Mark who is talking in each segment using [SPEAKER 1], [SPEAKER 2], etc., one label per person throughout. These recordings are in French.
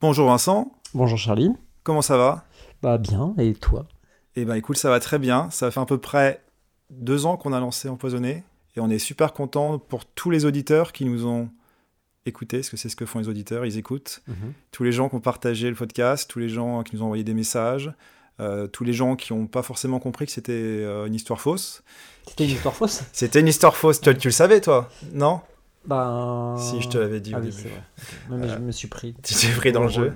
[SPEAKER 1] Bonjour Vincent,
[SPEAKER 2] Bonjour Charlie.
[SPEAKER 1] comment ça va
[SPEAKER 2] Bah bien, et toi
[SPEAKER 1] Eh ben écoute, ça va très bien. Ça fait à peu près deux ans qu'on a lancé Empoisonné et on est super content pour tous les auditeurs qui nous ont écoutés, parce que c'est ce que font les auditeurs, ils écoutent. Tous les gens qui ont partagé le podcast, tous les gens qui nous ont envoyé des messages, euh, tous les gens qui n'ont pas forcément compris que c'était euh, une histoire fausse.
[SPEAKER 2] C'était une histoire fausse
[SPEAKER 1] C'était une histoire fausse, tu, tu le savais toi Non
[SPEAKER 2] Bah...
[SPEAKER 1] Si, je te l'avais dit
[SPEAKER 2] Ah
[SPEAKER 1] au
[SPEAKER 2] oui,
[SPEAKER 1] début.
[SPEAKER 2] c'est vrai. Ok. Non, mais je me suis pris.
[SPEAKER 1] Tu t'es pris dans le jeu.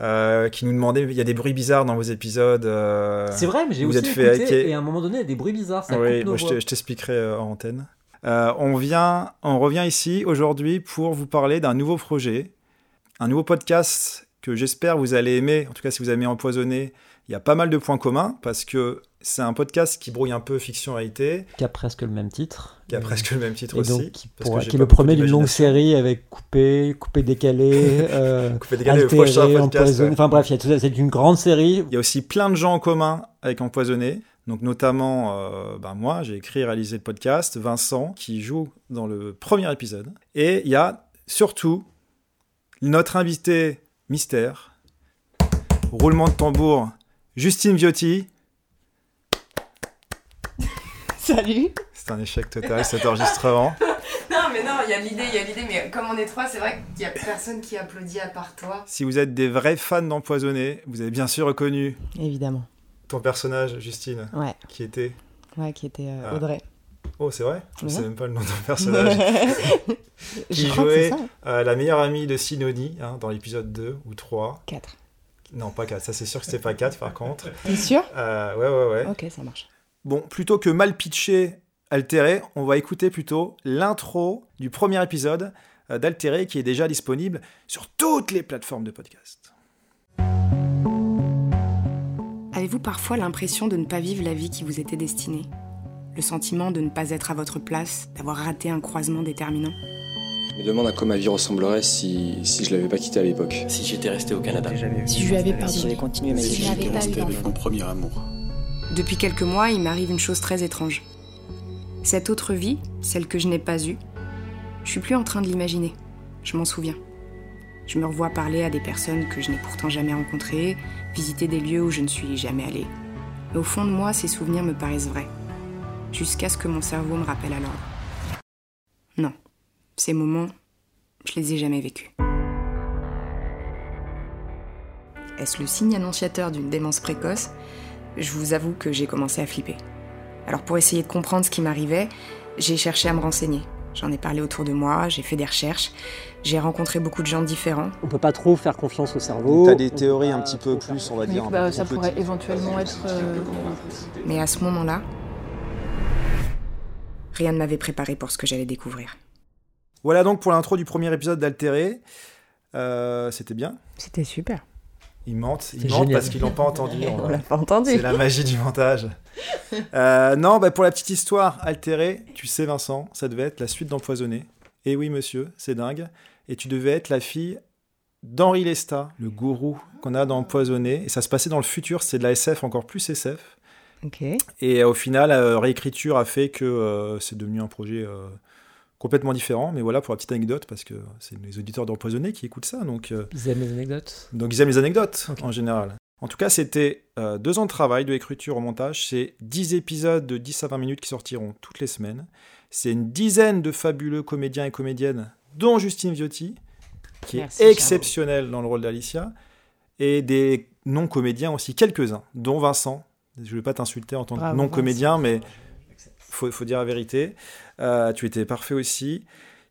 [SPEAKER 1] Euh, qui nous demandait, il y a des bruits bizarres dans vos épisodes. euh,
[SPEAKER 2] C'est vrai, mais j'ai
[SPEAKER 1] Vous
[SPEAKER 2] aussi
[SPEAKER 1] êtes fait
[SPEAKER 2] écouté,
[SPEAKER 1] hacker.
[SPEAKER 2] et à un moment donné, il y a des bruits bizarres, ça
[SPEAKER 1] Oui,
[SPEAKER 2] coupe nos
[SPEAKER 1] moi, je
[SPEAKER 2] voix.
[SPEAKER 1] te- je t'expliquerai euh, en antenne. Euh, on, vient, on revient ici aujourd'hui pour vous parler d'un nouveau projet, un nouveau podcast que j'espère vous allez aimer. En tout cas, si vous aimez Empoisonné, il y a pas mal de points communs parce que c'est un podcast qui brouille un peu fiction-réalité,
[SPEAKER 2] Qui a presque le même titre.
[SPEAKER 1] qui a
[SPEAKER 2] Euh,
[SPEAKER 1] presque le même titre
[SPEAKER 2] Et
[SPEAKER 1] aussi.
[SPEAKER 2] donc, qui,
[SPEAKER 1] parce
[SPEAKER 2] pour-
[SPEAKER 1] que j'ai
[SPEAKER 2] qui est
[SPEAKER 1] pas
[SPEAKER 2] le premier
[SPEAKER 1] beaucoup
[SPEAKER 2] d'une longue
[SPEAKER 1] d'imagination.
[SPEAKER 2] série avec coupé, coupé décalé, euh,
[SPEAKER 1] Coupé décalé, le prochain
[SPEAKER 2] altéré,
[SPEAKER 1] podcast, euh,
[SPEAKER 2] empoisonné.
[SPEAKER 1] ouais.
[SPEAKER 2] Enfin bref, il y a tout ça. C'est une grande série.
[SPEAKER 1] Il y a aussi plein de gens en commun avec Empoisonné. Donc notamment, euh, ben moi, j'ai écrit et réalisé le podcast, Vincent, qui joue dans le premier épisode. Et il y a surtout notre invité mystère, roulement de tambour, Justine Viotti.
[SPEAKER 3] Salut
[SPEAKER 1] C'est un échec total cet enregistrement.
[SPEAKER 3] Non mais non, il y a l'idée, il y a l'idée, mais comme on est trois, c'est vrai qu'il y a personne qui applaudit à part toi.
[SPEAKER 1] Si vous êtes des vrais fans d'Empoisonné, vous avez bien sûr reconnu
[SPEAKER 4] Évidemment.
[SPEAKER 1] ton personnage, Justine,
[SPEAKER 4] Ouais,
[SPEAKER 1] qui était...
[SPEAKER 4] ouais, qui était euh,
[SPEAKER 1] Ah.
[SPEAKER 4] Audrey.
[SPEAKER 1] Oh, c'est vrai Je ne sais
[SPEAKER 4] Ouais.
[SPEAKER 1] même pas le nom de ton personnage. Qui
[SPEAKER 4] Je crois que c'est
[SPEAKER 1] jouait
[SPEAKER 4] ça.
[SPEAKER 1] Euh, la meilleure amie de Sinoni, hein, dans l'épisode 2 ou 3.
[SPEAKER 4] 4.
[SPEAKER 1] Non, pas 4, ça c'est sûr que c'était pas 4 par contre.
[SPEAKER 4] T'es sûr
[SPEAKER 1] Euh, ouais, ouais, ouais.
[SPEAKER 4] Ok, ça marche.
[SPEAKER 1] Bon, plutôt que mal pitché, altéré, on va écouter plutôt l'intro du premier épisode euh, d'Altéré qui est déjà disponible sur toutes les plateformes de podcast.
[SPEAKER 3] Avez-vous parfois l'impression de ne pas vivre la vie qui vous était destinée Le sentiment de ne pas être à votre place, d'avoir raté un croisement déterminant
[SPEAKER 5] Je me demande à quoi ma vie ressemblerait si, si je l'avais pas quitté à l'époque.
[SPEAKER 6] Si j'étais resté au Canada.
[SPEAKER 7] Si je lui avais pardonné.
[SPEAKER 6] continué
[SPEAKER 7] Si je n'avais pas eu d'enfant.
[SPEAKER 5] premier amour.
[SPEAKER 3] Depuis quelques mois, il m'arrive une chose très étrange. Cette autre vie, celle que je n'ai pas eue, je suis plus en train de l'imaginer. Je m'en souviens. Je me revois parler à des personnes que je n'ai pourtant jamais rencontrées, visiter des lieux où je ne suis jamais allée. Mais au fond de moi, ces souvenirs me paraissent vrais. Jusqu'à ce que mon cerveau me rappelle à l'ordre. Non, ces moments, je les ai jamais vécus. Est-ce le signe annonciateur d'une démence précoce je vous avoue que j'ai commencé à flipper. Alors pour essayer de comprendre ce qui m'arrivait, j'ai cherché à me renseigner. J'en ai parlé autour de moi, j'ai fait des recherches, j'ai rencontré beaucoup de gens différents.
[SPEAKER 2] On peut pas trop faire confiance au cerveau.
[SPEAKER 8] T'as des
[SPEAKER 2] On peut
[SPEAKER 8] théories
[SPEAKER 2] pas
[SPEAKER 8] un petit peu
[SPEAKER 2] trop faire
[SPEAKER 8] plus, on va
[SPEAKER 7] Mais
[SPEAKER 8] dire. un
[SPEAKER 7] Oh. bah,
[SPEAKER 8] peu
[SPEAKER 7] ça
[SPEAKER 8] plus
[SPEAKER 7] pourrait
[SPEAKER 8] petites.
[SPEAKER 7] éventuellement être. euh,
[SPEAKER 3] Mais à ce moment-là, rien ne m'avait préparé pour ce que j'allais découvrir.
[SPEAKER 1] Voilà donc pour l'intro du premier épisode d'Altéré. Euh, c'était bien.
[SPEAKER 4] C'était super.
[SPEAKER 1] Ils mentent, ils
[SPEAKER 2] C'est
[SPEAKER 1] mentent
[SPEAKER 2] génial.
[SPEAKER 1] parce qu'ils l'ont pas entendu. on
[SPEAKER 4] On
[SPEAKER 1] va-
[SPEAKER 4] l'a pas entendu.
[SPEAKER 1] C'est la magie du montage. Euh, non, bah, pour la petite histoire altérée, tu sais, Vincent, ça devait être la suite d'Empoisonné. Et oui, monsieur, c'est dingue. Et tu devais être la fille d'Henri Lesta, le gourou qu'on a dans Empoisonné. Et ça se passait dans le futur, c'est de la SF, encore plus SF.
[SPEAKER 4] Ok.
[SPEAKER 1] Et euh, au final, la réécriture a fait que euh, c'est devenu un projet euh, complètement différent. Mais voilà, pour la petite anecdote, parce que c'est les auditeurs d'Empoisonné qui écoutent ça. Donc, euh,
[SPEAKER 2] Ils aiment les anecdotes.
[SPEAKER 1] donc ils aiment les anecdotes en général. En tout cas, c'était euh, deux ans de travail, de écriture au montage. C'est 10 épisodes de 10 à 20 minutes qui sortiront toutes les semaines. C'est une dizaine de fabuleux comédiens et comédiennes, dont Justine Viotti, qui
[SPEAKER 4] Merci,
[SPEAKER 1] est
[SPEAKER 4] Charles.
[SPEAKER 1] exceptionnelle dans le rôle d'Alicia, et des non-comédiens aussi, quelques-uns, dont Vincent. Je ne vais pas t'insulter en tant que
[SPEAKER 4] Bravo,
[SPEAKER 1] non-comédien, mais faut, faut dire la vérité. Euh, tu étais parfait aussi.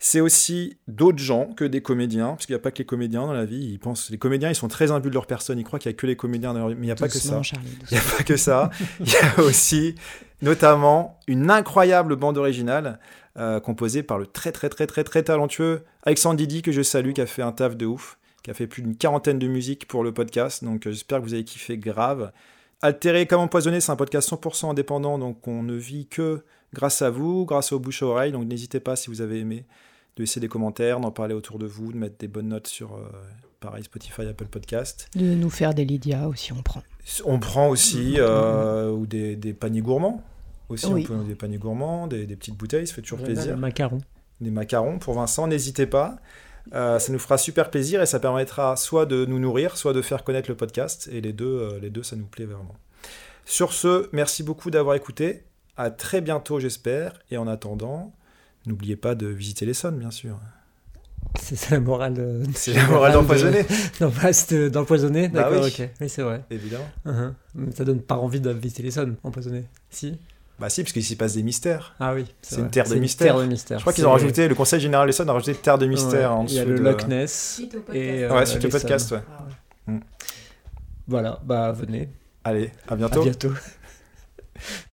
[SPEAKER 1] C'est aussi d'autres gens que des comédiens, parce qu'il n'y a pas que les comédiens dans la vie. Ils pensent, les comédiens, ils sont très imbus de leur personne. Ils croient qu'il n'y a que les comédiens dans leur vie, mais il n'y a pas que ça.
[SPEAKER 4] Doucement, Charlie,
[SPEAKER 1] Il
[SPEAKER 4] doucement.
[SPEAKER 1] n'y a pas que ça. Il y a aussi, notamment, une incroyable bande originale euh, composée par le très, très, très, très, très talentueux Alexandre Didi, que je salue, qui a fait un taf de ouf, qui a fait plus d'une quarantaine de musiques pour le podcast. Donc, euh, j'espère que vous avez kiffé grave. Altéré comme empoisonné, c'est un podcast 100% indépendant, donc on ne vit que grâce à vous, grâce aux bouches à oreille. Donc, n'hésitez pas, si vous avez aimé, de laisser des commentaires, d'en parler autour de vous, de mettre des bonnes notes sur, euh, pareil, Spotify, Apple Podcast.
[SPEAKER 4] De nous faire des Lydia aussi, on prend.
[SPEAKER 1] On prend aussi euh, ou des, des paniers gourmands. Aussi,
[SPEAKER 4] Oui.
[SPEAKER 1] on peut des paniers gourmands, des, des petites bouteilles, ça fait toujours
[SPEAKER 2] J'aime bien
[SPEAKER 1] plaisir.
[SPEAKER 2] les macarons.
[SPEAKER 1] Des macarons pour Vincent, n'hésitez pas. Euh, ça nous fera super plaisir et ça permettra soit de nous nourrir, soit de faire connaître le podcast. Et les deux, euh, les deux ça nous plaît vraiment. Sur ce, merci beaucoup d'avoir écouté. À très bientôt, j'espère. Et en attendant, n'oubliez pas de visiter les l'Essonne, bien sûr.
[SPEAKER 2] C'est c'est la morale. euh,
[SPEAKER 1] C'est la morale
[SPEAKER 2] de-
[SPEAKER 1] d'empoisonner,
[SPEAKER 2] Non, bah, c'est, euh, d'empoisonner,
[SPEAKER 1] Bah
[SPEAKER 2] d'accord,
[SPEAKER 1] oui. Uh-huh.
[SPEAKER 2] ok. Oui, c'est vrai.
[SPEAKER 1] évidemment.
[SPEAKER 2] Uhum. Mais Ça donne pas envie de visiter les zones empoisonnées. Si
[SPEAKER 1] Bah si, parce qu'il s'y passe des mystères.
[SPEAKER 2] Ah oui.
[SPEAKER 1] C'est
[SPEAKER 2] vrai.
[SPEAKER 1] une terre de
[SPEAKER 2] C'est
[SPEAKER 1] mystère.
[SPEAKER 2] terre de mystère.
[SPEAKER 1] Je crois qu'ils
[SPEAKER 2] C'est-
[SPEAKER 1] ont rajouté, le Conseil général des l'Essonne a rajouté Terre de mystère
[SPEAKER 2] Ouais,
[SPEAKER 1] en
[SPEAKER 2] Il y
[SPEAKER 1] dessous.
[SPEAKER 2] a le
[SPEAKER 1] de-
[SPEAKER 2] Loch Ness.
[SPEAKER 7] Suite au podcast.
[SPEAKER 2] Et, euh,
[SPEAKER 1] Ouais, suite au
[SPEAKER 2] les
[SPEAKER 1] podcast,
[SPEAKER 2] Sommes.
[SPEAKER 1] ouais.
[SPEAKER 2] Voilà, bah venez.
[SPEAKER 1] Allez, à
[SPEAKER 2] À bientôt.